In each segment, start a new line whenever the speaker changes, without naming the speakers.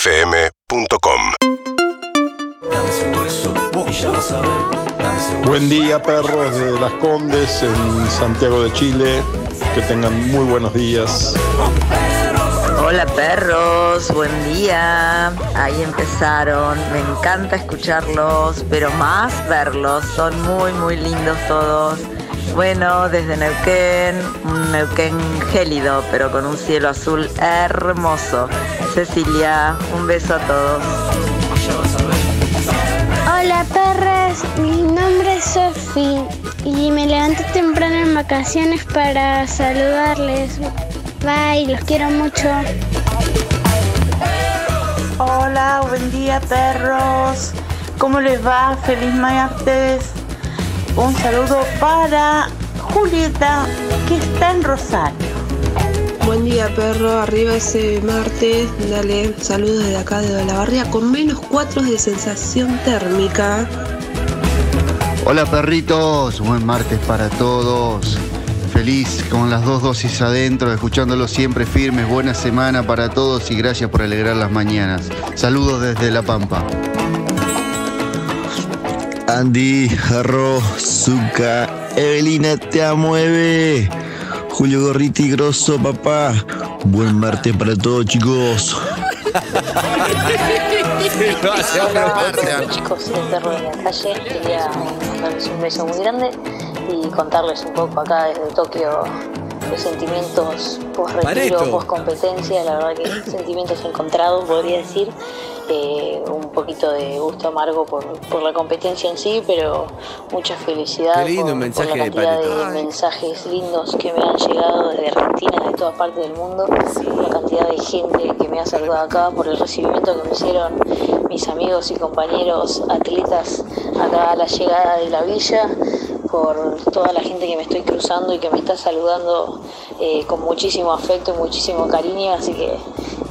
UrbanaPlayFM.com
Buen día, perros de Las Condes en Santiago de Chile. Que tengan muy buenos días.
Hola perros, buen día. Ahí empezaron. Me encanta escucharlos, pero más verlos. Son muy, muy lindos todos. Bueno, desde Neuquén, un Neuquén gélido, pero con un cielo azul hermoso. Cecilia, un beso a todos.
Hola perras, mi nombre es Sofi y me levanto temprano en vacaciones para saludarles. Bye, los quiero mucho.
Hola, buen día perros. ¿Cómo les va? Feliz martes. Un saludo para Julieta, que está en Rosario.
Buen día perro, arriba ese martes, dale saludos desde acá de la barría con menos 4 de sensación térmica.
Hola perritos, buen martes para todos. Feliz con las dos dosis adentro, escuchándolos siempre firmes. Buena semana para todos y gracias por alegrar las mañanas. Saludos desde La Pampa.
Andy, Jarro, Zuka, Evelina, te amueve. Julio Gorriti, grosso, papá. Buen martes para todos, chicos.
Hola, chicos, soy perro de la calle. Quería mandarles un beso muy grande y contarles un poco acá desde Tokio los sentimientos post retiro,
Pareto.
post competencia. La verdad que sentimientos encontrados, podría decir. Eh, un poquito de gusto amargo por, por la competencia en sí, pero mucha felicidad
Qué lindo
por,
un
por
mensaje de
la cantidad
Pareto.
de
Ay.
mensajes lindos que me han llegado desde Argentina, de todas partes del mundo, la cantidad de gente que me ha saludado acá por el recibimiento que me hicieron mis amigos y compañeros atletas acá a la llegada de la villa, por toda la gente que me estoy cruzando y que me está saludando eh, con muchísimo afecto y muchísimo cariño, así que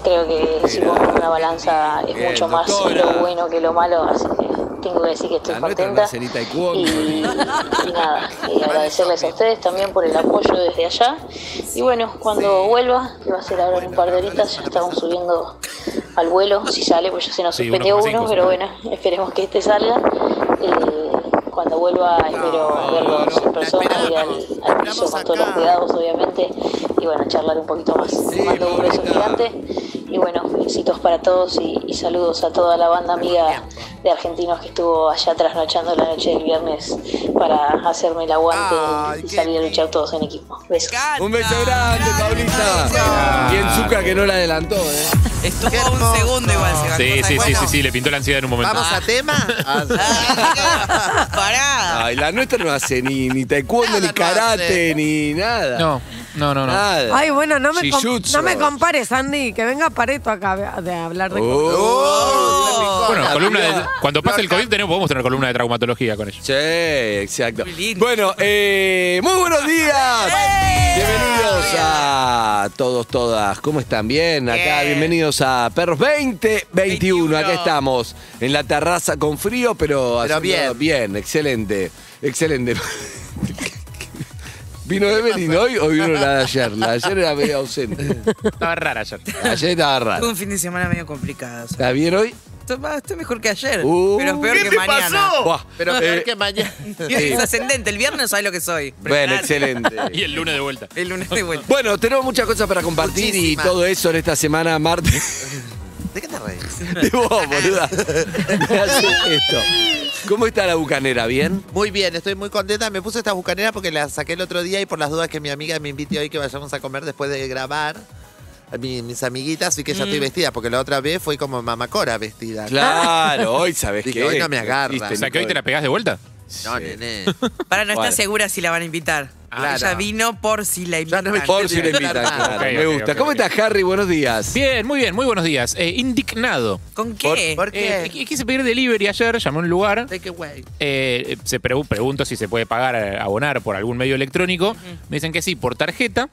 creo que si pongo una balanza es
Bien,
mucho más
doctora.
lo bueno que lo malo, así que tengo que decir que estoy
La nuestra
contenta.
Marcelita y
Y, y nada, y agradecerles a ustedes también por el apoyo desde allá. Y bueno, cuando vuelva, que va a ser ahora en un par de horitas, ya estamos subiendo al vuelo, si sale, pues ya se nos
Sí,
suspendió
1,5,
uno, pero
supongo.
bueno, esperemos que este salga. Eh, cuando vuelva, espero verlos en persona, ir al, al piso con todos los cuidados, obviamente, y bueno, charlar un poquito más. Les mando un beso gigante, y bueno, besitos para todos y, y saludos a toda la banda amiga de argentinos que estuvo allá trasnochando la noche del viernes para hacerme el aguante y salir a luchar todos en equipo. Besos.
Un beso grande, Paulita. Y en Zucca que no la adelantó, ¿eh?
Estuvo un segundo igual, se bancó,
Sí,
¿sabes?
sí, sí,
Bueno,
sí, sí, le pintó la ansiedad en un momento. Ah,
¿Vamos a tema? Ah, Pará.
Ay, la nuestra no hace ni, ni taekwondo, ni karate, ni nada.
No, no, no, no.
Ah,
Nada.
Ay, bueno, no me, com-
Jujutsu.
no me compares, Andy. Que venga Pareto acá a- de hablar
Oh,
de.
Oh.
Bueno,
la
columna de-
picada.
cuando pase el COVID tenemos, podemos tener columna de traumatología con ellos.
Sí, exacto. Bueno, eh, muy buenos días. Bienvenidos a todos, todas. ¿Cómo están? Bien, acá bienvenidos a Perros 2021. Acá estamos en la terraza con frío, pero,
Pero
haciendo- bien, excelente. Excelente. ¿Vino Evelyn hoy o vino la de ayer? La de ayer era medio ausente.
Estaba rara ayer.
Ayer estaba rara.
Tuve un fin de semana medio complicado. o sea,
¿Está bien hoy?
estoy- ah, Estoy mejor que ayer,
Uh.
pero peor
¿Qué
que
te
mañana.
pasó? Buah.
Pero peor
Eh,
que mañana.
sí.
Es ascendente, el viernes sabes lo que soy.
Bueno, excelente.
Y el lunes de vuelta.
El lunes de vuelta.
Bueno, tenemos muchas cosas para compartir
Muchísimas.
y todo eso en esta semana, martes.
¿De qué te reís?
De vos, boluda. Me hace esto. ¿Cómo está la bucanera? ¿Bien?
Muy bien, estoy muy contenta. Me puse esta bucanera porque la saqué el otro día y por las dudas que mi amiga me invite hoy que vayamos a comer después de grabar. a mi- mis amiguitas, así que ya
Mm.
estoy vestida, porque la otra vez fui como mamacora vestida.
Claro, hoy sabes
Dije,
que.
hoy no me agarra.
O sea, que hoy te la pegás de vuelta.
No, nene.
Para no
Bueno.
está segura si la van a invitar.
Claro.
Ella vino por si la invitan.
Por si le invitan, claro.
Ok,
me
ok,
gusta.
ok,
¿Cómo
ok.
estás, Harry? Buenos días.
Bien, muy bien, muy buenos días. Eh, indignado.
¿Con qué?
¿Por qué?
Eh, qu- quise pedir delivery ayer, llamé a un lugar.
¿De qué güey?
Eh, se pregu- pregunto si se puede pagar, eh, abonar por algún medio electrónico. Me dicen que sí, por tarjeta.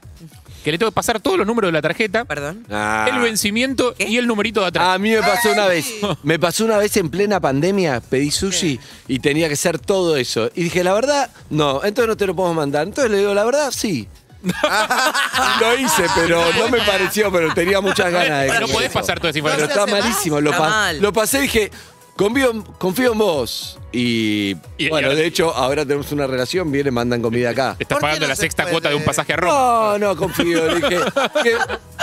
Que le tengo que pasar todos los números de la tarjeta,
Perdón.
Ah.
el vencimiento y el numerito de atrás.
A mí me pasó una vez. Me pasó una vez en plena pandemia, pedí sushi y tenía que ser todo eso. Y dije, la verdad, no, entonces no te lo podemos mandar. Entonces le digo, la verdad, sí. Lo hice, pero no me pareció, pero tenía muchas ganas de
No podés
eso.
pasar toda esa información.
Pero está malísimo. Lo,
Está
pa-
mal.
lo pasé y dije, confío, confío en vos. Y, bueno, de hecho, ahora tenemos una relación, viene, mandan comida acá.
Estás pagando la sexta cuota de un pasaje a Roma.
No, no confío. Le dije, ¿qué?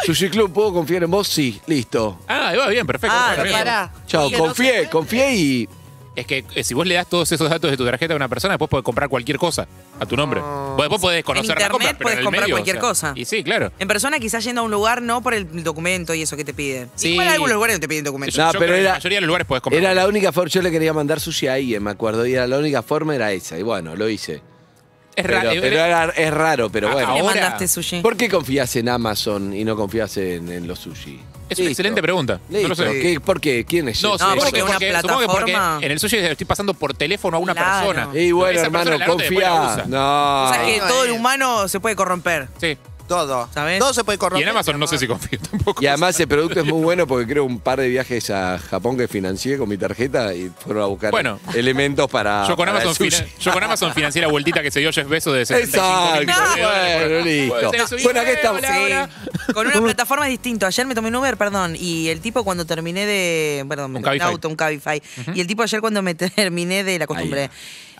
Sushi Club, ¿puedo confiar en vos? Sí, listo.
Ah, ahí va bien, perfecto.
Ah,
Perfecto.
pará. Chao,
Y-
confié, confié y.
Es que eh, si vos le das todos esos datos de tu tarjeta a una persona, después podés comprar cualquier cosa a tu nombre. Vos Después podés conocer
internet
la compra, pero
podés
en el
comprar
medio,
cualquier
o sea,
cosa.
Y sí, claro.
En persona quizás yendo a un lugar, no por el documento y eso que te piden. Igual en algunos lugares no te piden documento.
No, pero era,
podés
comprar.
Era la única forma, yo le quería mandar sushi a alguien, me acuerdo, y era la única forma era esa, y bueno, lo hice.
Es
Pero-
raro. ¿eh?
Pero, era- es raro, pero
Ah,
bueno.
¿Le ahora- mandaste sushi?
¿Por qué confías en Amazon y no confías en, en los sushi?
Es una excelente pregunta. No
Listo.
lo sé.
¿Qué- ¿Por qué? ¿Quién es
No,
ese?
sí, porque, porque- supongo que porque en el suyo estoy pasando por teléfono a una
Claro.
persona.
Y bueno,
Esa persona
hermano,
la nota y después la
confía.
usa.
No.
O sea que
Ah.
todo el humano se puede corromper.
Sí.
Todo.
¿Sabes?
Todo se puede corromper.
Amazon no sé si confío tampoco.
Y además el producto es muy bueno porque creo un par de viajes a Japón que financié con mi tarjeta y fueron a buscar
Bueno.
elementos para.
Yo con,
para el
Amazon
sushi.
finan- yo con Amazon financié la vueltita que se dio Jeff Bezos de 75 mil
Exacto.
millones de dólares.
Bueno, listo.
Se la subí,
Bueno, acá
eh,
estamos.
hola, hola.
Con una plataforma es distinto. Ayer me tomé un Uber, perdón, y el tipo cuando terminé de. Perdón, me
Un
tomé un
Cabify.
auto, un Cabify. Y el tipo ayer cuando me terminé de la costumbre,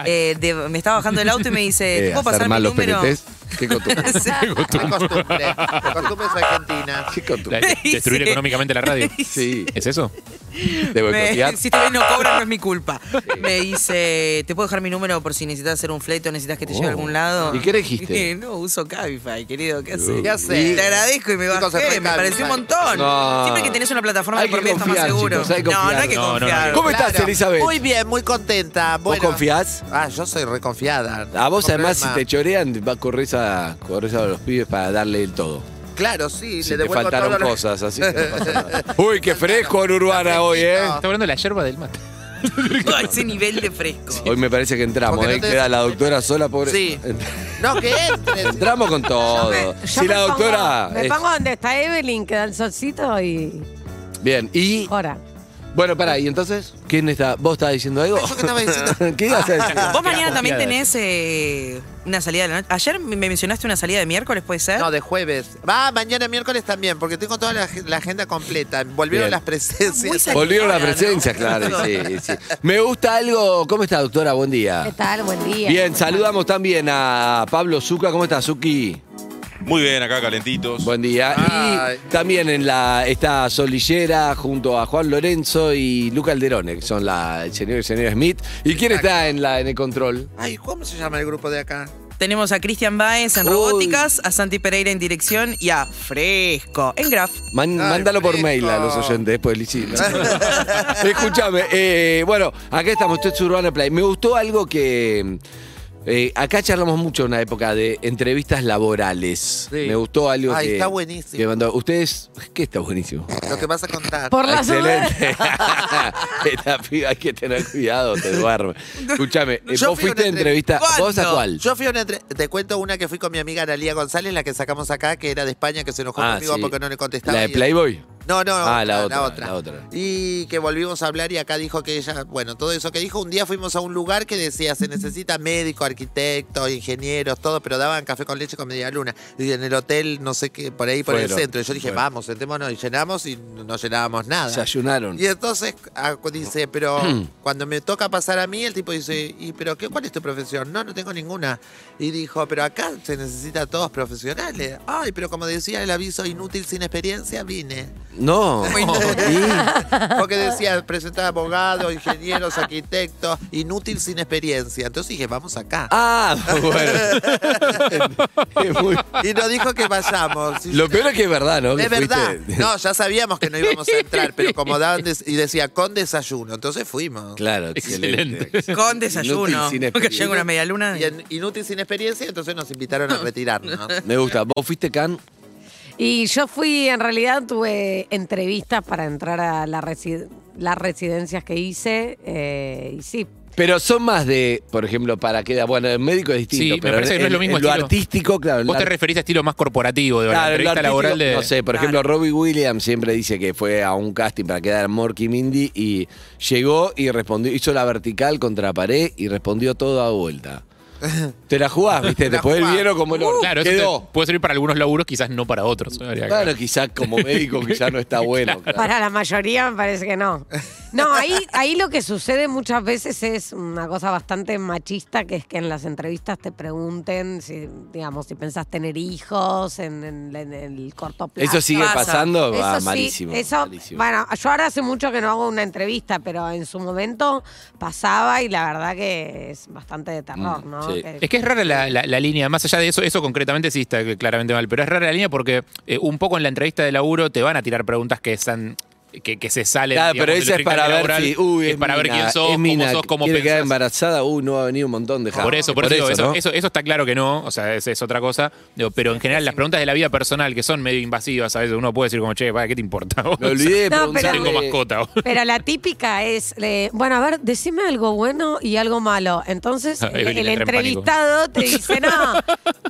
eh, de- me estaba bajando del auto y me dice:
Eh,
¿Te puedo
hacer
pasar mi
mal los
número?
PNTs, qué costumbre.
Sí.
Costumbre. Costumbres argentinas.
Qué costumbre.
La- Destruir
Sí.
económicamente la radio.
Sí.
¿Es eso?
De boicotear.
Me- si todavía no cobran, no es mi culpa. Me dice, ¿te puedo dejar mi número por si necesitas hacer un flete o necesitas que te lleve a algún lado?
Oh. ¿Y qué le dijiste?
Eh, no, uso Cabify, querido. ¿Qué haces?
¿Qué haces?
Te agradezco y me
Chicos, se fue
bajé. Me
Cabify.
pareció un montón.
No.
Siempre que tenés una plataforma
Hay
de por
que
medio está más
confiar,
seguro.
chicos, hay que
no, no hay que
confiar. No, no, no.
confiar.
¿Cómo estás, Elizabeth?
Muy bien, muy contenta. Bueno,
¿Vos confiás?
Ah, yo soy reconfiada.
A vos
No
además si
problema.
te chorean, va, corres a, corres a los pibes para darle el todo.
Claro, sí,
Si
le
te
devuelvo
faltaron
todo lo-
cosas, así que no pasa nada. Uy, qué fresco en Urbana hoy, ¿eh?
Está hablando de la yerba del mate.
A ese nivel de fresco.
Hoy me parece que entramos,
Porque no
¿eh?
te-
Queda la doctora sola, pobre.
Sí. No, que entres.
Entramos con todo.
Yo
Si
me
la
pongo-
doctora...
Me
ah, es-
pongo donde está Evelyn, que da el solcito y.
Bien, y...
Ahora.
Bueno, pará, ¿y entonces? ¿Quién está? ¿Vos estabas diciendo algo?
que estaba diciendo.
¿Qué ibas a decir?
Ah,
Vos mañana también tenés eh, una salida de la noche. Ayer me me mencionaste una salida de miércoles, ¿puede ser?
No, de jueves. Va, mañana miércoles también, porque tengo toda la, la agenda completa. Volvieron
Bien.
las presencias.
Volvieron la
Ahora, ¿no?
presencia, claro, sí, sí. Me gusta algo... ¿Cómo está, doctora? Buen día.
¿Qué tal? Buen día.
Bien, saludamos también a Pablo Zuca. ¿Cómo estás, Zuki?
Muy bien, acá calentitos.
Buen día. Y también en la está Solillera junto a Juan Lorenzo y Luca Alderone, que son la el señor y señora Smith. ¿Y quién está en la en el control?
Ay, ¿cómo se llama el grupo de acá?
Tenemos a Cristian Baez en robóticas, a Santi Pereira en dirección y a Fresco en Graf.
Man- mándalo por mail a los oyentes después, Lichi. Escúchame, eh, bueno, acá estamos, esto es Urbana Play. Me gustó algo que. eh, acá charlamos mucho en una época de entrevistas laborales.
Sí.
Me gustó algo
Ay,
que.
está buenísimo.
que mandó. Ustedes, ¿qué está buenísimo?
Lo que vas a contar.
Ah, Excelente. Esta piba hay que tener cuidado, te duerme. Escúchame, eh,
Yo
vos
fui a
fuiste
una
a entrevista. ¿Vos a
¿Cuándo?
cuál?
Yo fui a una entrevista. Te cuento una que fui con mi amiga Analia González, la que sacamos acá, que era de España, que se enojó
Ah,
conmigo
sí.
porque no le contestaba.
¿La de
y-
Playboy?
No, no,
Ah, la otra.
la otra.
La otra.
Y que volvimos a hablar y acá dijo que ella, bueno, todo eso que dijo, un día fuimos a un lugar que decía, se necesita médico, arquitecto, ingenieros, todo, pero daban café con leche con media luna. Y en el hotel, no sé qué, por ahí, por el
Fueron,
centro. Y yo dije,
fueron.
vamos, sentémonos y llenamos y no llenábamos nada.
Desayunaron.
Y entonces ah, dice, pero cuando me toca pasar a mí, el tipo dice, ¿y pero qué, cuál es tu profesión? No, no tengo ninguna. Y dijo, pero acá se necesita a todos profesionales. Ay, pero como decía el aviso, inútil sin experiencia, vine.
No.
Porque decía, presentar abogados, ingenieros, arquitectos, inútil sin experiencia. Entonces dije, vamos acá.
Ah, bueno. Es muy-
Y nos dijo que vayamos. Y-
Lo peor es que es verdad, ¿no? Que
es verdad.
fuiste-
No, ya sabíamos que no íbamos a entrar, pero como daban des- y decía con desayuno, entonces fuimos.
Claro, excelente.
Con desayuno.
Inútil, sin
Porque
experiencia.
llego una media luna.
Y en- inútil sin experiencia, entonces nos invitaron a retirarnos.
Me gusta. ¿Vos fuiste Can?
Y yo fui, en realidad tuve entrevistas para entrar a la resi- las residencias que hice. eh, y sí,
Pero son más de, por ejemplo, para queda. Bueno, el médico es
Sí,
distinto.
me
pero
parece que no
en-
es lo mismo
en Lo
estilo.
artístico, claro. en
Vos
la-
te referís a estilo más corporativo, de la
Claro, en lo
entrevista laboral
artístico,
de.
No sé, por ejemplo, Robbie Williams siempre dice que fue a un casting para quedar en Morky Mindy y llegó y respondió, hizo la vertical contra la pared y respondió todo a vuelta. Te la jugás, viste, después del vieron como el orto.
Claro, eso
Quedó.
te- puede servir para algunos laburos, quizás no para otros.
Claro, quizás como médico quizás no está bueno.
Para la mayoría me parece que no. No, ahí, ahí lo que sucede muchas veces es una cosa bastante machista, que es que en las entrevistas te pregunten si, digamos, si pensás tener hijos en, en- en el corto plazo.
¿Eso sigue
Pasa.
pasando?
Eso
Ah,
sí,
malísimo,
eso,
malísimo.
bueno, yo ahora hace mucho que no hago una entrevista, pero en su momento pasaba y la verdad que es bastante de terror, ¿no?
Sí. Es que es rara la, la- la línea, más allá de eso, eso concretamente sí está claramente mal, pero es rara la línea porque eh, un poco en la entrevista de laburo te van a tirar preguntas que están... Que, que se salen.
Claro,
digamos,
pero
del
esa es
trincaje
para ver
laboral,
si, uy,
es
es
para ver
mina,
quién sos,
es
cómo
mina,
sos, cómo
quiere quedar
pensás.
embarazada, uy, no va a venir un montón de gente.
Por eso, por eso, digo, eso,
¿no?
eso, eso está claro que no, o sea, es, es otra cosa. Digo, pero en general, las preguntas de la vida personal que son medio invasivas, a veces uno puede decir como, che, para, ¿qué te importa? vos?"
Me olvidé de
O sea,
preguntar-
tengo mascota. vos.
Pero la típica es, eh, bueno, a ver, decime algo bueno y algo malo. Entonces,
Ahí
el,
viene
el
el tren pánico.
entrevistado te dice, no,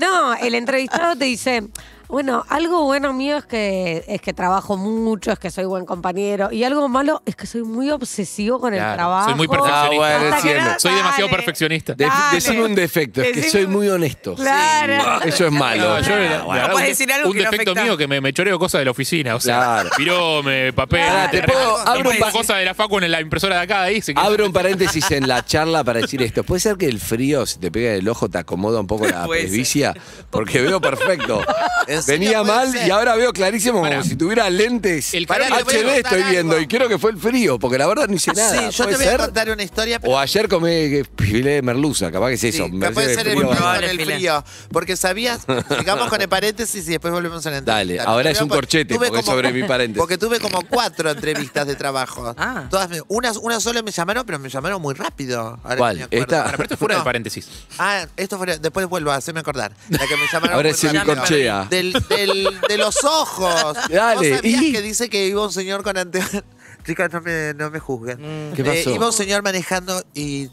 no, el entrevistado te dice, bueno, algo bueno mío es que, es que trabajo mucho, es que soy buen compañero. Y algo malo es que soy muy obsesivo con el
Claro,
trabajo.
Soy muy
Ah,
perfeccionista.
bueno, entiendo.
soy demasiado perfeccionista.
Def- decime un defecto, es que
Decime-
soy muy honesto.
Claro.
Sí. Eso es malo.
No, yo, la- la verdad,
puedes
un-
decir algo
un
que no
defecto
afecta.
mío que me, me choreo cosas de la oficina, o sea, pirome, papel,
Pará, te
etcétera.
puedo-
Y
abro un
pongo
pa-
cosas de la facu en la impresora de acá ahí, si querés.
Abro un paréntesis en la charla para decir esto. ¿Puede ser que el frío, si te pega en el ojo, te acomoda un poco la
Puede ser.
presbicia? Porque veo perfecto.
¿En serio
Venía
puede
mal
ser?
y ahora veo clarísimo como
Pará.
si tuviera lentes.
El calor- Pará, te voy a
HD
contar
estoy viendo
algo.
y creo que fue el frío, porque la verdad no hice nada.
Ah, Sí, yo te
¿Puede
voy a
ser?
contar una historia,
O ayer comí eh, filé de merluza, capaz que es eso.
Pero
merluza
puede
de
ser el
frío.
frío con el frío. Porque sabías, sigamos con el paréntesis y después volvemos a la entrevista.
Dale,
No
ahora
te
es
veo
un
por-
corchete,
tuve
porque es sobre mi paréntesis.
Porque tuve como cuatro entrevistas de trabajo.
Ah.
Todas me- unas- una, sola me llamaron, pero me llamaron muy rápido. Ahora
¿Cuál?
que me acuerdo.
Esta.
Ahora,
Pero esto es fuera
no.
de paréntesis.
Ah, esto fuera, después vuelvo a hacerme acordar. La que me llamaron
Ahora
muy
es en
rápido.
corchea.
Del, del- de los ojos.
Dale,
¿Vos sabías
¿y?
que dice que iba un señor con anteojos? Chicas, no me, no me juzguen.
¿Qué
Eh,
pasó?
iba un señor manejando y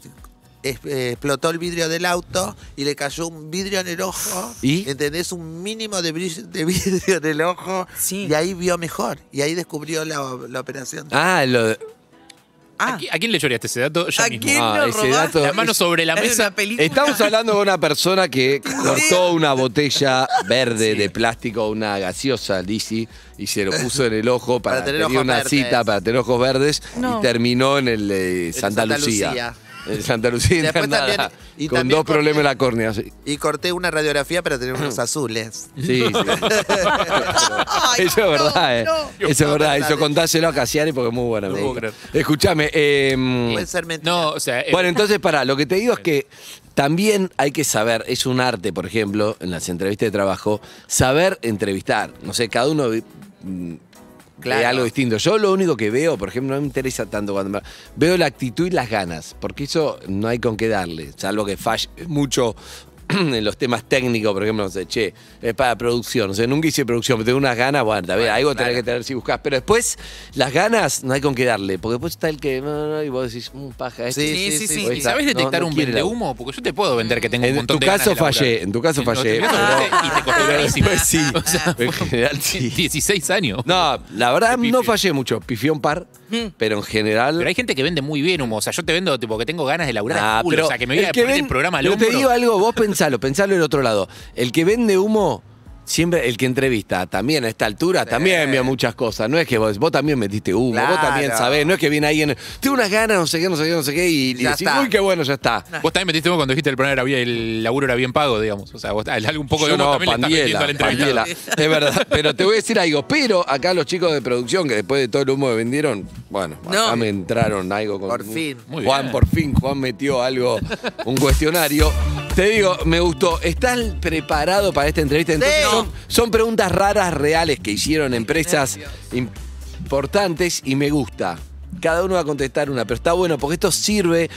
es- eh, explotó el vidrio del auto y le cayó un vidrio en el ojo.
¿Y?
¿Entendés? Un mínimo de, brillo- de vidrio en el ojo. Y ahí vio mejor. Y ahí descubrió la, la operación.
Ah, lo de-
Ah.
¿A, qui- a quién le lloraste ese dato? Ya mismo.
Ah, ese dato
La mano
es-
sobre la mesa.
Estamos hablando de una persona que cortó una botella verde de plástico, una gaseosa, Lizzy, y se lo puso en el ojo para,
Para tener
tener
ojos
una
verdes.
cita para tener ojos verdes
No.
y terminó en el eh, Santa,
Santa
Lucía.
Lucía.
En Santa Lucía
Después
internada,
también- y
con
también
dos
corté-
problemas en la córnea. Sí,
Y corté una radiografía para tener unos azules.
sí. sí. eso es verdad, ¿eh?
no.
Eso es
No,
verdad.
verdad,
Eso
eh.
contáselo a Casiani porque es muy buena.
puedo creer.
Escúchame. eh,
Puede ser mentira.
No, o sea. eh,
Bueno, entonces, pará, lo que te digo es que también hay que saber, es un arte, por ejemplo, en las entrevistas de trabajo, saber entrevistar. No sé, cada uno vi- mm, ve
Claro.
algo distinto. Yo lo único que veo, por ejemplo, no me interesa tanto cuando me- Veo la actitud y las ganas, porque eso no hay con qué darle, salvo que falle mucho. En los temas técnicos, por ejemplo, no sé, che, es para producción, no sé, nunca hice producción, pero tengo unas ganas, bueno, a ver, algo tenés que tener si buscás, pero después las ganas no hay con qué darle, porque después está el que, no, no, y vos decís, "Mm, paja, este,
Sí, sí, sí.
sí.
¿Y sabes detectar un
bien
bien de humo? Porque yo te puedo vender que tengo un
En
montón
tu
de ganas
caso
de laburar.
fallé, en tu caso
En tu
fallé.
caso
pero-
fallaste y te costó
pero
carísimo.
después sí.
O sea,
En general sí.
16 años.
No, la verdad no fallé mucho. Pifié un par, pero en general.
Mm. Pero hay gente que vende muy bien humo. O sea, yo te vendo tipo que tengo ganas de laburar a full, O sea, que me voy
ah, el
a poner
ven-
el programa al
pero
hombro.
te digo algo, vos pensalo, pensalo del otro lado. El que vende humo, siempre el que entrevista, también a esta altura, también vio muchas cosas. No es que vos, vos también metiste humo, vos
Claro.
también sabés, no es que viene alguien, tengo unas ganas, no sé qué, no sé qué, no sé qué, y, y
Ya
decís,
está.
uy, qué bueno, ya está.
Vos también metiste humo cuando dijiste el programa era bien, el laburo era bien pago, digamos. O sea, vos al- un poco de
Yo
humo
no,
también le estás
pandiela,
metiendo al entrevistado.
pandiela. Es verdad, pero te voy a decir algo. Pero acá los chicos de producción, que después de todo el humo que vendieron, bueno, acá me entraron algo con.
Por fin. Muy
Juan,
bien.
por fin, Juan metió algo, un cuestionario. Te digo, me gustó. ¿Estás preparado para esta entrevista? Entonces, son, son preguntas raras, reales que hicieron empresas importantes y me gusta. Cada uno va a contestar una, pero está bueno porque esto sirve.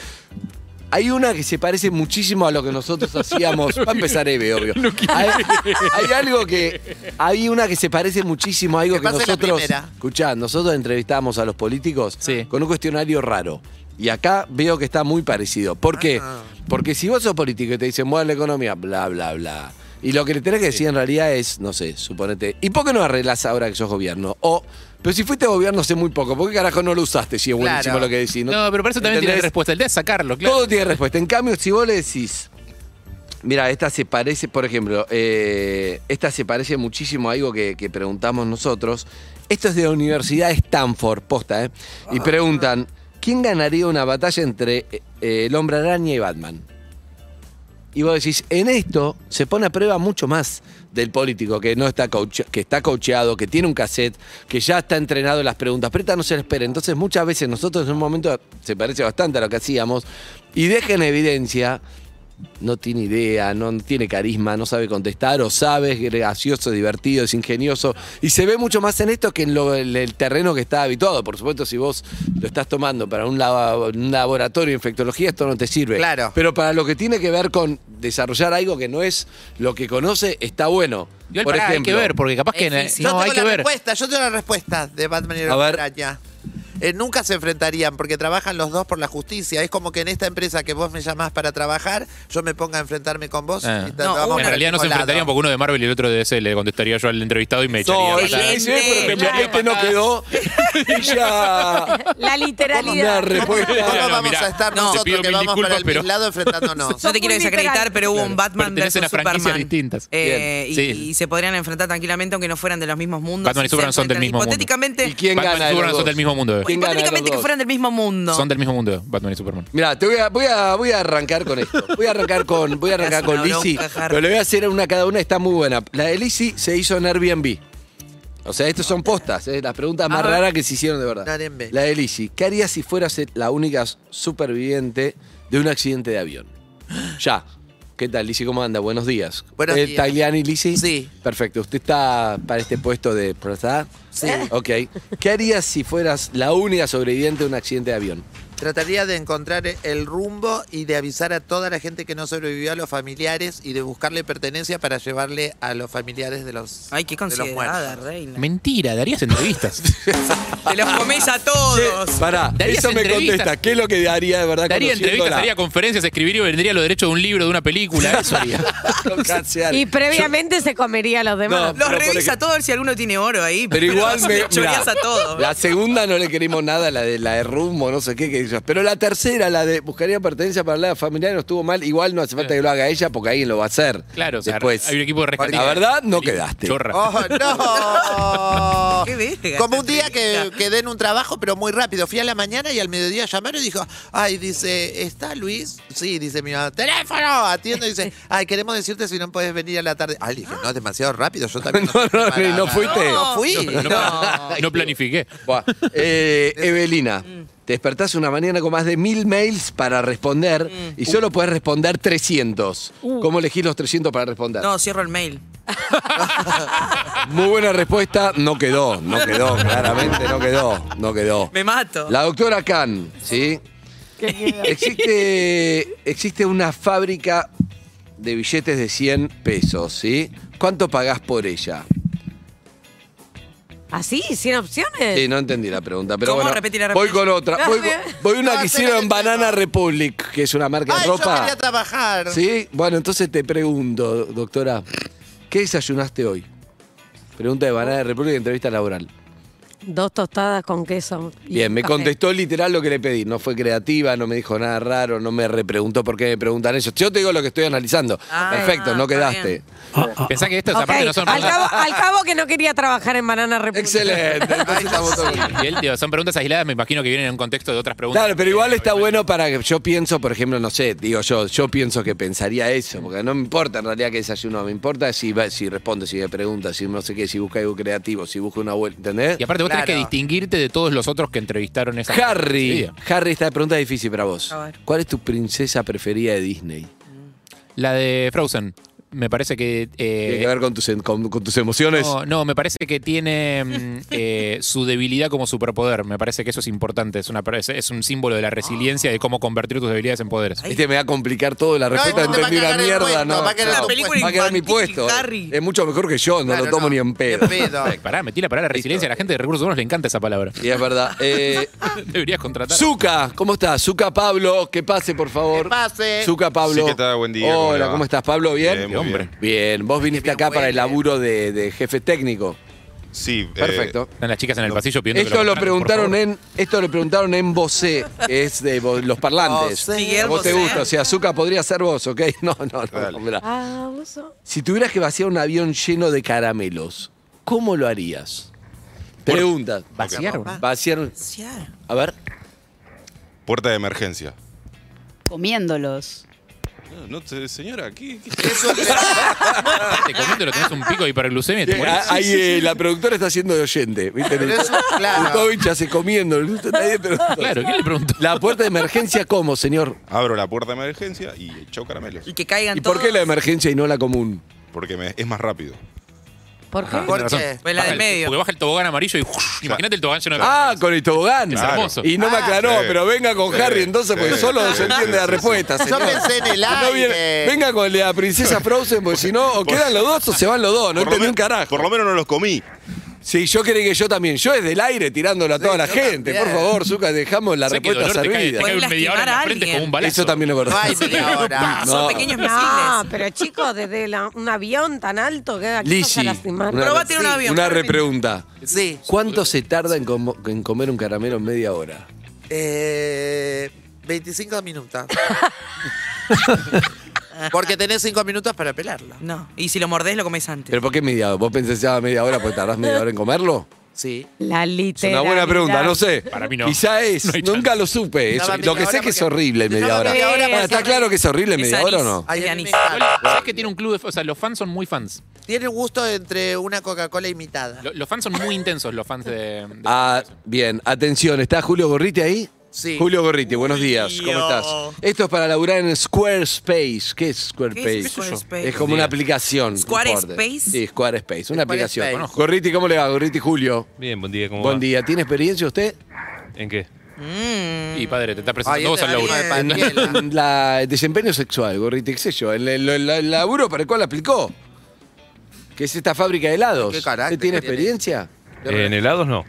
Hay una que se parece muchísimo a lo que nosotros hacíamos. Va a empezar Eve, obvio. Hay, hay algo que. Hay una que se parece muchísimo a algo
Que
que
pase la
nosotros.
primera.
Escuchá, nosotros entrevistamos a los políticos con un cuestionario raro. Y acá veo que está muy parecido. ¿Por qué?
Ah.
Porque si vos sos político y te dicen, mueve la economía, bla, bla, bla. Y lo que le tenés que decir en realidad es, no sé, suponete, ¿y por qué no arreglás ahora que sos gobierno? O, pero si fuiste gobierno hace muy poco, ¿por qué carajo no lo usaste si es buenísimo
Claro.
lo que decís?
No, pero para eso también tiene
¿Entendés?
respuesta. El de sacarlo, claro.
Todo tiene respuesta. En cambio, si vos le decís, Mira, esta se parece, por ejemplo, eh, esta se parece muchísimo a algo que, que preguntamos nosotros. Esto es de la Universidad Stanford, posta, ¿eh?
Ah.
Y preguntan, ¿quién ganaría una batalla entre eh, el hombre araña y Batman? Y vos decís, en esto se pone a prueba mucho más del político que no está coach- que está coacheado, que tiene un cassette, que ya está entrenado en las preguntas, pero esta no se la espera. Entonces, muchas veces nosotros en un momento se parece bastante a lo que hacíamos y deja en evidencia no tiene idea, no tiene carisma, no sabe contestar, o sabe, es gracioso, divertido, es ingenioso. Y se ve mucho más en esto que en lo- el, el terreno que está habituado. Por supuesto, si vos lo estás tomando para un, lava- un laboratorio de infectología, esto no te sirve.
Claro.
Pero para lo que tiene que ver con desarrollar algo que no es lo que conoce, está bueno.
Igual pará, hay que ver, porque capaz que en-
Difícil. yo
no,
tengo
hay
la
que ver.
respuesta, yo tengo la respuesta de Batman y el
A
Hombre
ver.
Araña. Eh, nunca se enfrentarían porque trabajan los dos por la justicia. Es como que en esta empresa que vos me llamás para trabajar, yo me ponga a enfrentarme con vos.
Ah.
y tanto vamos
en
para el
realidad no se
mismo lado.
enfrentarían porque uno de Marvel y el otro de DC le contestaría yo al entrevistado y me echaría.
No,
a
ese-
patadas.
ese es porque
Me
el
echaría a
este no
patadas.
quedó. Y ya.
La
La
literalidad.
respuesta.
¿Cómo vamos
mirá,
a estar
te pido
nosotros que
mil
vamos para
disculpas,
el
pero-
mismo lado enfrentándonos?
No te quiero
muy
desacreditar,
literal.
pero hubo un Batman
Pertenecen
versus
a franquicias
Superman.
distintas.
Eh, y,
Bien. Sí.
y se podrían enfrentar tranquilamente aunque no fueran de los mismos mundos.
Batman y
Si
Superman
se
son del
enfrentan
mismo mundo.
Hipotéticamente,
¿Quién
Batman y
gana de los
Superman son
dos?
del mismo mundo. eh.
¿Quién gana de los
hipotéticamente que
dos?
fueran del mismo mundo.
Son del mismo mundo, Batman y Superman.
Mira, te voy a, voy a voy a arrancar con esto. Voy a arrancar con voy a arrancar
Es una
con Lizzy,
bronca, Harry.
pero le voy a hacer una a cada una, está muy buena. La de Lizzy se hizo en Airbnb. O sea, estos son postas, eh, las preguntas más
A ver.
raras que se hicieron de verdad.
Narembe.
La de Lizzy, ¿qué harías si fueras la única superviviente de un accidente de avión? Ya. ¿Qué tal, Lizzy? ¿Cómo anda? Buenos días.
Buenos
Eh,
días.
¿Tagliani, Lizzy?
Sí.
Perfecto. ¿Usted está para este puesto de ¿verdad?
Sí.
Ok. ¿Qué harías si fueras la única sobreviviente de un accidente de avión?
Trataría de encontrar el rumbo y de avisar a toda la gente que no sobrevivió a los familiares y de buscarle pertenencia para llevarle a los familiares de los,
Ay, qué
de los
considerada,
muertos.
reina.
Mentira, darías entrevistas.
Te los comes a todos.
Pará,
Darías
eso me
entrevistas.
contesta. ¿Qué es lo que haría de verdad
daría entrevistas,
conociéndola?
daría conferencias, escribiría y vendría los derechos de un libro, de una película. Eso haría.
Cancelar.
Y previamente se comería a los demás.
No.
Los
Pero por
revisa
ejemplo-
a todos si alguno tiene oro ahí.
Pero igual me.
los choreás
mirá,
a todos.
La segunda no le queremos nada, la de la de rumbo, no sé qué, que digas. Pero la tercera, la de buscaría pertenencia para la familiar, no estuvo mal. Igual no hace falta que lo haga ella porque alguien lo va a hacer.
Claro, o sea,
Después.
hay un equipo de rescate.
La verdad, no quedaste.
Chorra.
¡Oh, no!
Qué verga,
Como
esta
un día que,
entrevista.
que den un trabajo, pero muy rápido. Fui a la mañana y al mediodía llamaron y dijo, ay, dice, ¿está Luis? Sí, dice mi mamá, teléfono, atiendo y dice, ay, queremos decirte si no puedes venir a la tarde. Ay, dije,
Ah.
no, es demasiado rápido, yo también.
No,
estoy
no, no,
preparada".
no fuiste.
No fui.
No, no planifiqué.
Buah. Eh, Evelina, te despertás una mañana con más de mil mails para responder y solo puedes responder 300. ¿Cómo elegís los 300 para responder?
No, cierro el mail.
Muy buena respuesta, no quedó, no quedó, claramente no quedó, no quedó.
Me mato.
La doctora Khan, ¿sí? Existe, existe una fábrica de billetes de 100 pesos, ¿sí? ¿Cuánto pagás por ella?
¿Así? ¿Sin opciones?
Sí, no entendí la pregunta, pero
¿Cómo?
bueno,
Repetí la
voy
pregunta.
con otra. Voy, voy una
No,
que hicieron en
haceme el
Banana
tema.
Republic, que es una marca
Ay,
de
yo
ropa.
quería trabajar.
Sí, bueno, entonces te pregunto, doctora, ¿qué desayunaste hoy? Pregunta de Banana Republic, entrevista laboral.
Dos tostadas con queso. y
Bien,
un
me
café.
contestó literal lo que le pedí. No fue creativa, no me dijo nada raro, no me repreguntó por qué me preguntan ellos. Yo te digo lo que estoy analizando.
Ah,
Perfecto, no
está
quedaste.
bien.
Pensá que estas
Ok,
aparte no son
al,
preguntas.
cabo, al cabo que no quería trabajar en Banana República.
Excelente. Entonces estamos todos bien.
Y él, digo, son preguntas aisladas, me imagino que vienen en un contexto de otras preguntas.
Claro, pero igual está bueno para que yo pienso, por ejemplo, no sé, digo yo, yo pienso que pensaría eso, porque no me importa en realidad que desayuno, me importa si va- si responde, si me pregunta, si no sé qué, si busca algo creativo, si busca una vuelta, ¿entendés?
Y aparte vos tenés que
Claro.
distinguirte de todos los otros que entrevistaron esa
Harry,
Sí.
Harry, esta pregunta es difícil para vos.
A ver.
¿Cuál es tu princesa preferida de Disney?
La de Frozen. Me parece que. eh,
¿Tiene que ver con tus, en- con- con tus emociones?
no, no, me parece que tiene mm, eh, su debilidad como superpoder. Me parece que eso es importante. Es, una, es- es un símbolo de la resiliencia de cómo convertir tus debilidades en poderes.
Este me va a complicar todo, la
No,
respuesta
este
entendí
va a
una
cagar el
mierda,
puesto,
¿no?
va a quedar
no,
la
película
va a quedar mi
infantil,
puesto.
Harry.
Es mucho mejor que yo, no
Claro,
lo tomo
no.
ni en pedo.
Ni en pedo.
Ay, Pará, metí la palabra resiliencia. A la gente de recursos humanos le encanta esa palabra.
Y es verdad. Eh,
Deberías contratar.
Zuka, ¿cómo estás? Zuka Pablo, que pase, por favor.
Que pase.
Zuka Pablo.
Sí, ¿qué tal? Buen día, ¿cómo le
Hola,
va?
¿cómo estás, Pablo? ¿Bien?
Bien, muy Hombre.
Bien, vos viniste
Bien,
acá para el
bueno.
laburo de, de jefe técnico.
Sí. eh,
Perfecto.
Están las chicas en el pasillo pidiendo que
Esto lo
contraten, por favor.
preguntaron en, esto lo preguntaron en Bosé, que es de vo- los parlantes.
Bosé. Miguel
A vos te
Bosé.
gusta, o sea, Azúcar podría ser vos, ¿ok? No, no, no. no, mirá.
Ah, uso.
Si tuvieras que vaciar un avión lleno de caramelos, ¿cómo lo harías? Pregunta.
¿Vaciar?
Vaciar. un- A ver.
Puerta de emergencia.
Comiéndolos.
No, no te- señora, ¿qué? qué-
Te comento, lo tenés un pico de hiperglucemia y te morís.
Ah, Ahí eh, la productora está haciendo de oyente. ¿viste?
Pero eso, claro.
Gustovich hace comiendo. Nadie preguntó.
Claro, ¿quién le preguntó?
La puerta de emergencia, ¿cómo, señor?
Abro la puerta de emergencia y echo caramelos.
Y que caigan
¿Y por qué la emergencia y no la común?
Porque me- es más rápido.
¿Por
Ah,
qué?
¿Por qué?
Pues la
Baja
del
el-
medio.
Porque baja el tobogán amarillo y imagínate el tobogán lleno de
Ah, con el tobogán.
Es hermoso.
Y no me
Ah.
aclaró,
Sí.
pero venga con
Sí.
Harry entonces, porque
Sí.
solo se
Sí,
entiende
sí,
la
sí,
respuesta.
sí.
Yo
señor.
pensé en el
No viene-
aire.
venga con la princesa Frozen, porque si no, o quedan los dos o se van los dos, no entendí un carajo.
Por lo menos no los comí.
Sí, yo creí que yo también. Yo desde el aire tirándolo a toda la gente. Por favor, Zucca, dejamos la
Sé que
respuesta
dolor te cae- te
servida.
cae un media hora en la frente como un balazo.
Eso también lo
No
conozco.
hay media hora.
No.
Son pequeños
No,
misiles.
pero chicos, desde la- un avión tan alto que aquí vas a
Lizzy,
lastimar.
una,
Probate en un avión,
una
Carmen.
repregunta.
Sí.
¿Cuánto se tarda en, como- en comer un caramelo en media hora?
Eh, 25 minutos. Porque tenés 5 minutos para pelarla.
No. Y si lo mordés, lo comés antes.
¿Pero por qué media hora? ¿Vos pensás ya media hora porque tardás media hora en comerlo?
Sí.
La
Es una buena pregunta, no sé.
Para mí no.
Quizá es,
No hay chance.
nunca lo supe. eso.
Daba
lo que
media
sé
hora
que es
porque-
horrible media
Daba
hora.
media hora
Bueno,
porque
¿Está
es
claro que es horrible
Es
media hora o
anís.
no?
Ay,
De
a mí me
anís.
encanta.
¿Sabes que tiene un club de O sea, los fans son muy fans.
Tiene gusto entre una Coca-Cola imitada.
Lo- Los fans son muy intensos, los fans de. de-
Ah, bien, atención, ¿está Julio Gorriti ahí?
Sí.
Julio Gorriti, buenos días, ¿cómo
Julio.
estás? Esto es para laburar en Squarespace. ¿Qué es Squarespace?
¿Qué es Squarespace?
Es como una aplicación.
¿Squarespace?
fuerte. Sí, Squarespace, una aplicación.
Squarespace.
Gorriti, ¿cómo le va? Gorriti Julio.
Bien, buen día, ¿cómo
Buen
va?
día, ¿tiene experiencia usted?
¿En qué?
Y padre, te está
Ay,
presentando vos
este
al laburo.
Ay,
En
Mariela.
la- el desempeño sexual, Gorriti, qué sé yo, el, el- el- el laburo para el cual aplicó. Que es esta fábrica de helados.
¿Qué carácter
¿Usted tiene
tiene?
experiencia?
Eh, en helados no.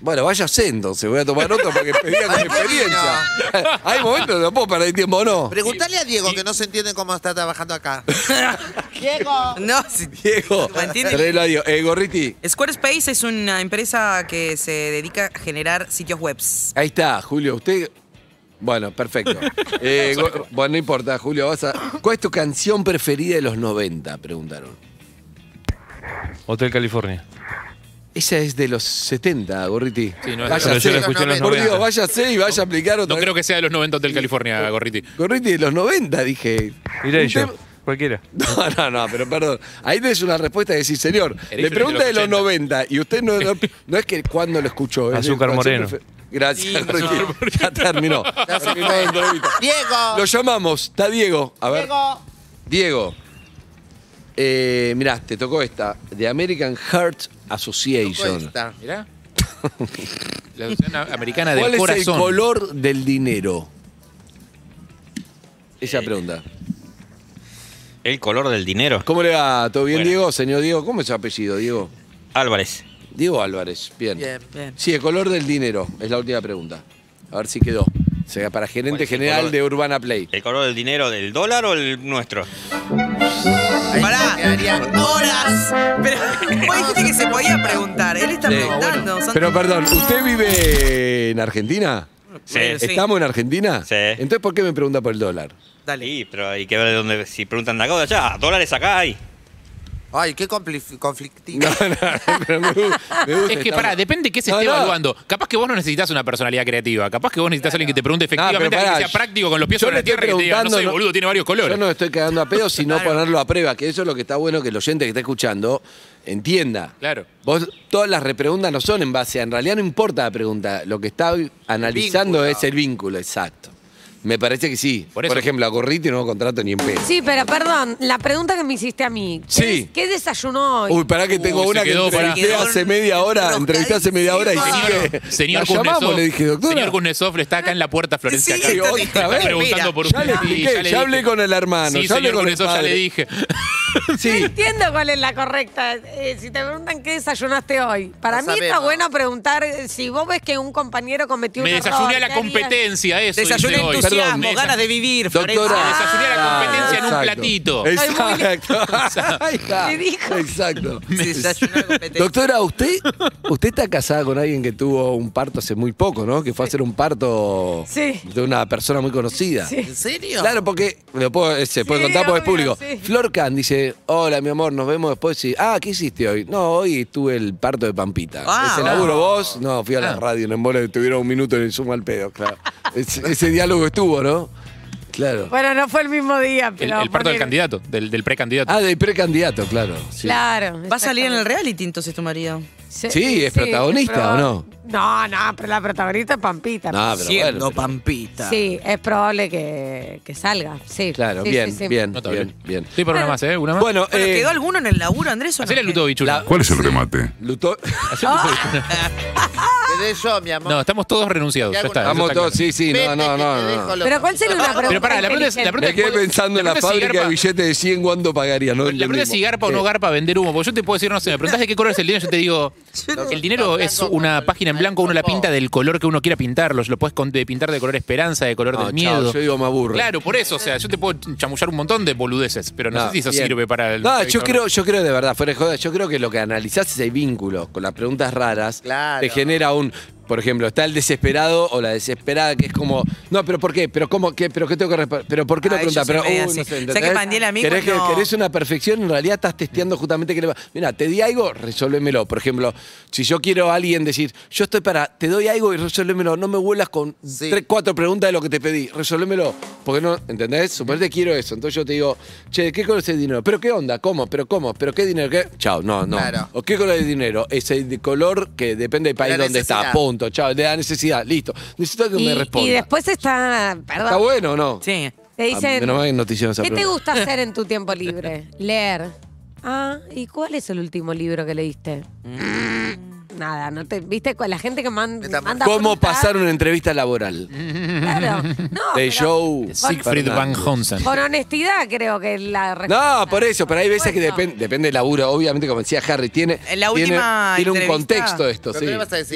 Bueno, vaya sendo, se voy a tomar otro porque pedía con
Ay, qué
experiencia. Hay momentos que no puedo perder tiempo, ¿no?
Preguntale a Diego que no se entiende cómo está trabajando acá. Diego.
No, si-
Diego,
¿Me entiendes?
tráelo a Diego. Eh, Gorriti,
Squarespace es una empresa que se dedica a generar sitios webs.
ahí está, Julio, usted... Bueno, perfecto. Eh, Go- bueno, no importa, Julio, vas a... ¿Cuál es tu canción preferida de los 90? Preguntaron.
Hotel California.
Esa es de los 70, Gorriti.
Sí, no,
Vaya
pero yo
a
la
ser.
escuché en los
Por Dios,
90.
váyase y vaya a aplicar otra
No creo que sea de los 90 Hotel California, Gorriti.
Gorriti, de los 90, dije.
Mirá,
Un
y yo.
tema-
Cualquiera.
No, no, no, pero perdón. Ahí tenés una respuesta que decís, señor, le pregunta de los 90 y usted no, no, no es que cuando lo escuchó. es de
Azúcar
cuando
Moreno.
siempre fue- Gracias,
Sí,
Ricky. Ya terminó.
Ya se
Terminó
fue.
la entrevista.
Diego.
Lo llamamos, está Diego. A ver.
Diego.
Diego. Eh, mirá, te tocó esta. The American Heart Association.
Cuesta.
Mirá. La Asociación Americana del
¿Cuál es
Corazón.
el color del dinero? Esa pregunta.
Eh, El color del dinero.
¿Cómo le va? ¿Todo bien,
Bueno.
Diego? Señor Diego, ¿cómo es su apellido, Diego?
Álvarez.
Diego Álvarez, bien.
Bien.
Bien.
Sí, el color del dinero, es la última pregunta. A ver si quedó. O sea, para gerente general de Urbana Play.
¿El color del dinero del dólar o el nuestro?
Ahí
Pará.
quedaría-
¡Horas! Pero vos dijiste que se podía preguntar. Él está
Sí.
preguntando. son-
Pero perdón, ¿usted vive en Argentina?
Sí.
Bueno, Eh, sí.
¿Estamos en Argentina?
Sí.
Entonces, ¿por qué me pregunta por el dólar?
Dale.
Sí, pero hay que ver de dónde. Si preguntan de acá o de allá, dólares acá hay.
Ay, qué confli- conflictivo.
No, no, pero me, gu- me gusta.
Es que
está
pará,
bueno.
depende de qué se
No,
esté
Ah, no.
evaluando. Capaz que vos no necesitas una personalidad creativa. Capaz que vos necesitas alguien que te pregunte
No,
efectivamente,
pero
alguien
pará,
que sea práctico con los pies
yo le
sobre la
estoy
tierra y que te diga, no soy
preguntando,
boludo, tiene varios
Yo
colores.
no estoy quedando a pedo, sino ponerlo a prueba, que eso es lo que está bueno que el oyente que está escuchando entienda.
Claro.
Vos, todas las repreguntas no son en base a. En realidad no importa la pregunta. Lo que está analizando
vínculo.
es el vínculo, exacto. Me parece que sí.
Por
Por,
eso.
ejemplo, a Gorriti no lo contrato ni en pedo.
Sí, pero perdón, la pregunta que me hiciste a mí. ¿qué
Sí.
des- ¿Qué desayunó hoy?
Uy, pará que tengo
Uy, se
una que
quedó,
entrevisté
pará.
hace media hora. Entrevisté hace media hora y
Señor-
sigue.
Señor
La llamamos,
Kuznetsov,
le dije, doctora.
señor Kuznetsov le está acá en la puerta Florencia.
Sí,
Castro.
sí,
Está
otra vez.
preguntando por
Ya
usted.
le
Sí,
expliqué, ya hablé
dije.
con el hermano,
Sí,
ya hablé
señor
con el
Kuznetsov, ya
padre.
le dije.
No entiendo cuál es la correcta. Eh, si te preguntan qué desayunaste hoy, para
No
mí está
sabemos.
bueno preguntar eh, si vos ves que un compañero cometió
Me
un
desayuné
error,
a la
¿qué harías?
competencia, eso.
Desayuné
hice hoy.
entusiasmo,
Me desa-
ganas de vivir,
Doctora,
Florencia. Ah,
me desayuné a la competencia en un
Exacto.
platito.
Exacto. Ahí está.
Le dijo.
Exacto. Doctora, usted, usted está casada con alguien que tuvo un parto hace muy poco, ¿no? Que fue a hacer un parto
Sí.
de una persona muy conocida.
¿En serio?
Claro, porque lo puedo- eh, se puede
Sí,
contar porque es
obvio,
público. Flor Can dice, hola mi amor, nos vemos después. Sí. Ah, ¿qué hiciste hoy? No, hoy tuve el parto de Pampita.
Ah,
¿Ese
wow.
laburo vos? No, fui a la radio en embole, tuvieron un minuto en el sumo al pedo, claro. Ese, ese diálogo estuvo, ¿no? Claro.
Bueno, no fue el mismo día,
El,
pero.
el parto del
ponele-
candidato, del, del precandidato.
Ah, del precandidato, claro. Sí.
Claro.
Va a salir en el reality entonces tu marido.
Sí, es protagonista,
proba-
¿o no?
No, no, pero la protagonista es Pampita.
No, pero
Siendo
bueno, pero-
Pampita.
Sí, es probable que, que salga. Sí.
Claro,
sí,
bien,
sí, sí.
bien,
Notable.
bien, bien.
Sí, por una más, ¿eh? Una más.
Bueno,
Bueno,
eh,
¿Quedó alguno en el laburo, Andrés? ¿o no?
Hacele el luto bichula.
¿Cuál es el
remate?
Luto.
Quedé yo, mi amor.
No, estamos todos renunciados. Ya está,
Vamos
eso
todos,
está
sí, sí, no,
Vete,
no,
que
no.
te
no.
dejo loco.
Pero ¿cuál sería una pregunta?
Pero pará, la pregunta es- la
inteligente?
Me
pregunta
quedé pensando en la
La pregunta es si
fábrica de
garpa-
billetes de 100 cuándo pagaría, ¿no? Eh,
La pregunta es si garpa o no garpa vender humo. Porque yo te puedo decir, no sé, me preguntás de qué color es el dinero, yo te digo, el dinero es una página en blanco, uno la pinta del color que uno quiera pintarlo. Lo puedes con- de pintar de color esperanza, de color
No,
del
chao,
miedo.
yo digo, me aburre.
Claro, por eso, o sea, yo te puedo chamullar un montón de boludeces, pero no,
No,
sé si eso
bien.
sirve para el.
No, yo
espectador.
creo, yo creo de verdad, fuera de joda, yo creo que lo que analizás ese vínculo con las preguntas raras
Claro.
te genera un. Por ejemplo, está el desesperado o la desesperada que es como, no, pero ¿por qué? ¿Pero cómo? ¿Qué? ¿Pero qué tengo que responder? ¿Pero por qué lo
Ay, yo
preguntás?
soy
Pero, uy,
media así.
no
Sé
sé,
que
¿entendés?
Pandiel a mí
¿Querés, que-
cuando-
querés una perfección? En realidad estás testeando justamente que le va. Mira, te di algo, resolvémelo. Por ejemplo, si yo quiero a alguien decir, yo estoy para, te doy algo y resolvémelo, no me vuelas con tres, cuatro preguntas de lo que te pedí, resolvémelo. Porque no, ¿entendés? Suponete quiero eso. Entonces yo te digo, che, ¿qué color es el dinero? ¿Pero qué onda? ¿Cómo? ¿Pero cómo? ¿Pero qué dinero? ¿Qué? Chao, no, no.
Claro.
¿O qué color es el dinero? Es el de color que depende del país
La
donde está.
necesidad.
Punto. Chao, de la necesidad. Listo. Necesito que
Y,
me
y
responda.
después está. Perdón.
¿Está bueno o no?
Sí.
Te dicen.
Ah, menos mal que no te hicieron esa
¿Qué te
pregunta.
gusta hacer en tu tiempo libre? Leer. Ah, ¿y cuál es el último libro que leíste? Nada, no te. ¿Viste? Con La gente que man- manda.
Mm. ¿Cómo
preguntas-
pasar una entrevista laboral?
Claro. No,
de
pero
show.
Siegfried Van Honsen.
Con honestidad creo que la respuesta.
No, por eso, pero hay veces que depen- depende del laburo, obviamente, como decía Harry, tiene,
En la
tiene-
última
tiene, un
entrevista-
contexto esto, sí.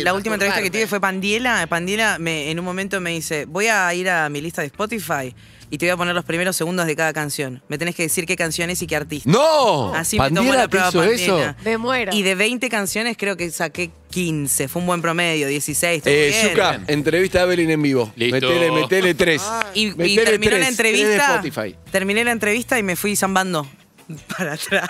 La última entrevista que tuve fue Pandiela. Pandiela me- en un momento me dice, voy a ir a mi lista de Spotify y te voy a poner los primeros segundos de cada canción. Me tenés que decir qué canción es y qué artista.
¡No!
Así me tomó
Pandiela
la prueba
te hizo
Pandiela.
eso.
Me muero.
Y de 20 canciones creo que saqué 15. Fue un buen promedio, 16. estuvo
Eh,
bien.
Zucca, entrevista a Evelyn en vivo.
Listo.
Metele, metele tres.
Ah, Y, y
Metele
terminó
tres.
la
Tres
entrevista.
de Spotify.
Terminé la entrevista y me fui zambando para atrás.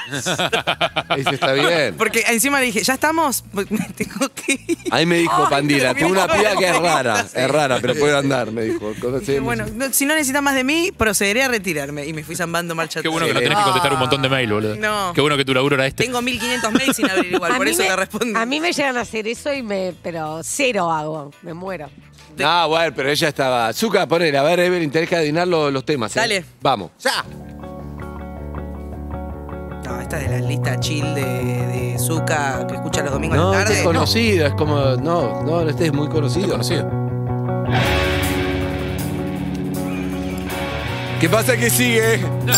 Eso está bien.
Porque encima le dije, ¿ya estamos? pues, Me tengo que ir.
Ahí me dijo
Ay,
Pandila, tengo una
terminó.
piba que es rara, es rara, pero puede andar, me dijo. Cosas así.
Dije, bueno, no, si no necesitan más de mí, procederé a retirarme. Y me fui zambando marcha
Qué bueno que
atrás.
no
Eh,
tenés que contestar un montón de mail, boludo.
No.
Qué bueno que tu laburo era este.
Tengo 1500 mails sin abrir igual,
A
por
mí
eso
me-
te respondí.
A mí me llegan a hacer eso y me. Pero cero hago. Me muero.
Ah, bueno, pero ella estaba. Zucca, ponele, a ver, Evelyn, tenés que adivinar lo- los temas. ¿eh?
Dale.
Vamos.
¡Ya!
No, esta es de la lista chill de, de Zucca que escucha los domingos
No,
a la
este es
tarde. No.
conocido, es como. No, no, este es muy conocido. ¿Qué pasa que sigue?
¿Cuál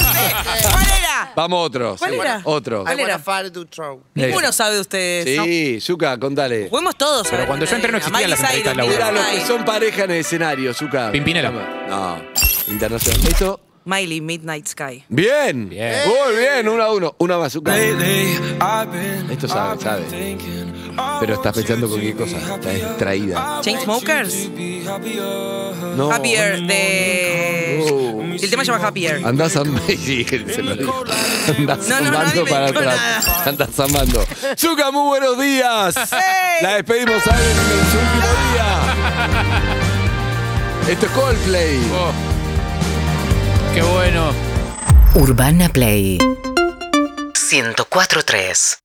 era?
Vamos otro.
¿Cuál
sí,
era?
Otro.
¿Cuál
I wanna
era?
fire to throw.
Ninguno sabe de ustedes.
Sí, Zuka, contale.
Fuimos todos.
Pero cuando yo entré no existían las entrevistas
Mira,
laborales.
los que son pareja en el escenario, Zuka.
Pimpinela.
No, internacional. Esto.
Miley, Midnight Sky.
Bien.
Bien.
Muy bien, uno a uno. Una más, Zuka. Esto sabe, sabe. Pero estás pensando cualquier cosa. Estás distraída.
Chainsmokers.
No.
Happier de...
Oh.
El tema se llama Happier.
Andás amando. Sí, se lo dijo. Andás
No, no, no
amando para
inventó
atrás.
nada.
Andás amando. Zuka, muy buenos días.
Hey.
La despedimos a Evelyn en su último día. Esto es Coldplay.
Oh. Qué bueno.
Urbana Play 104.3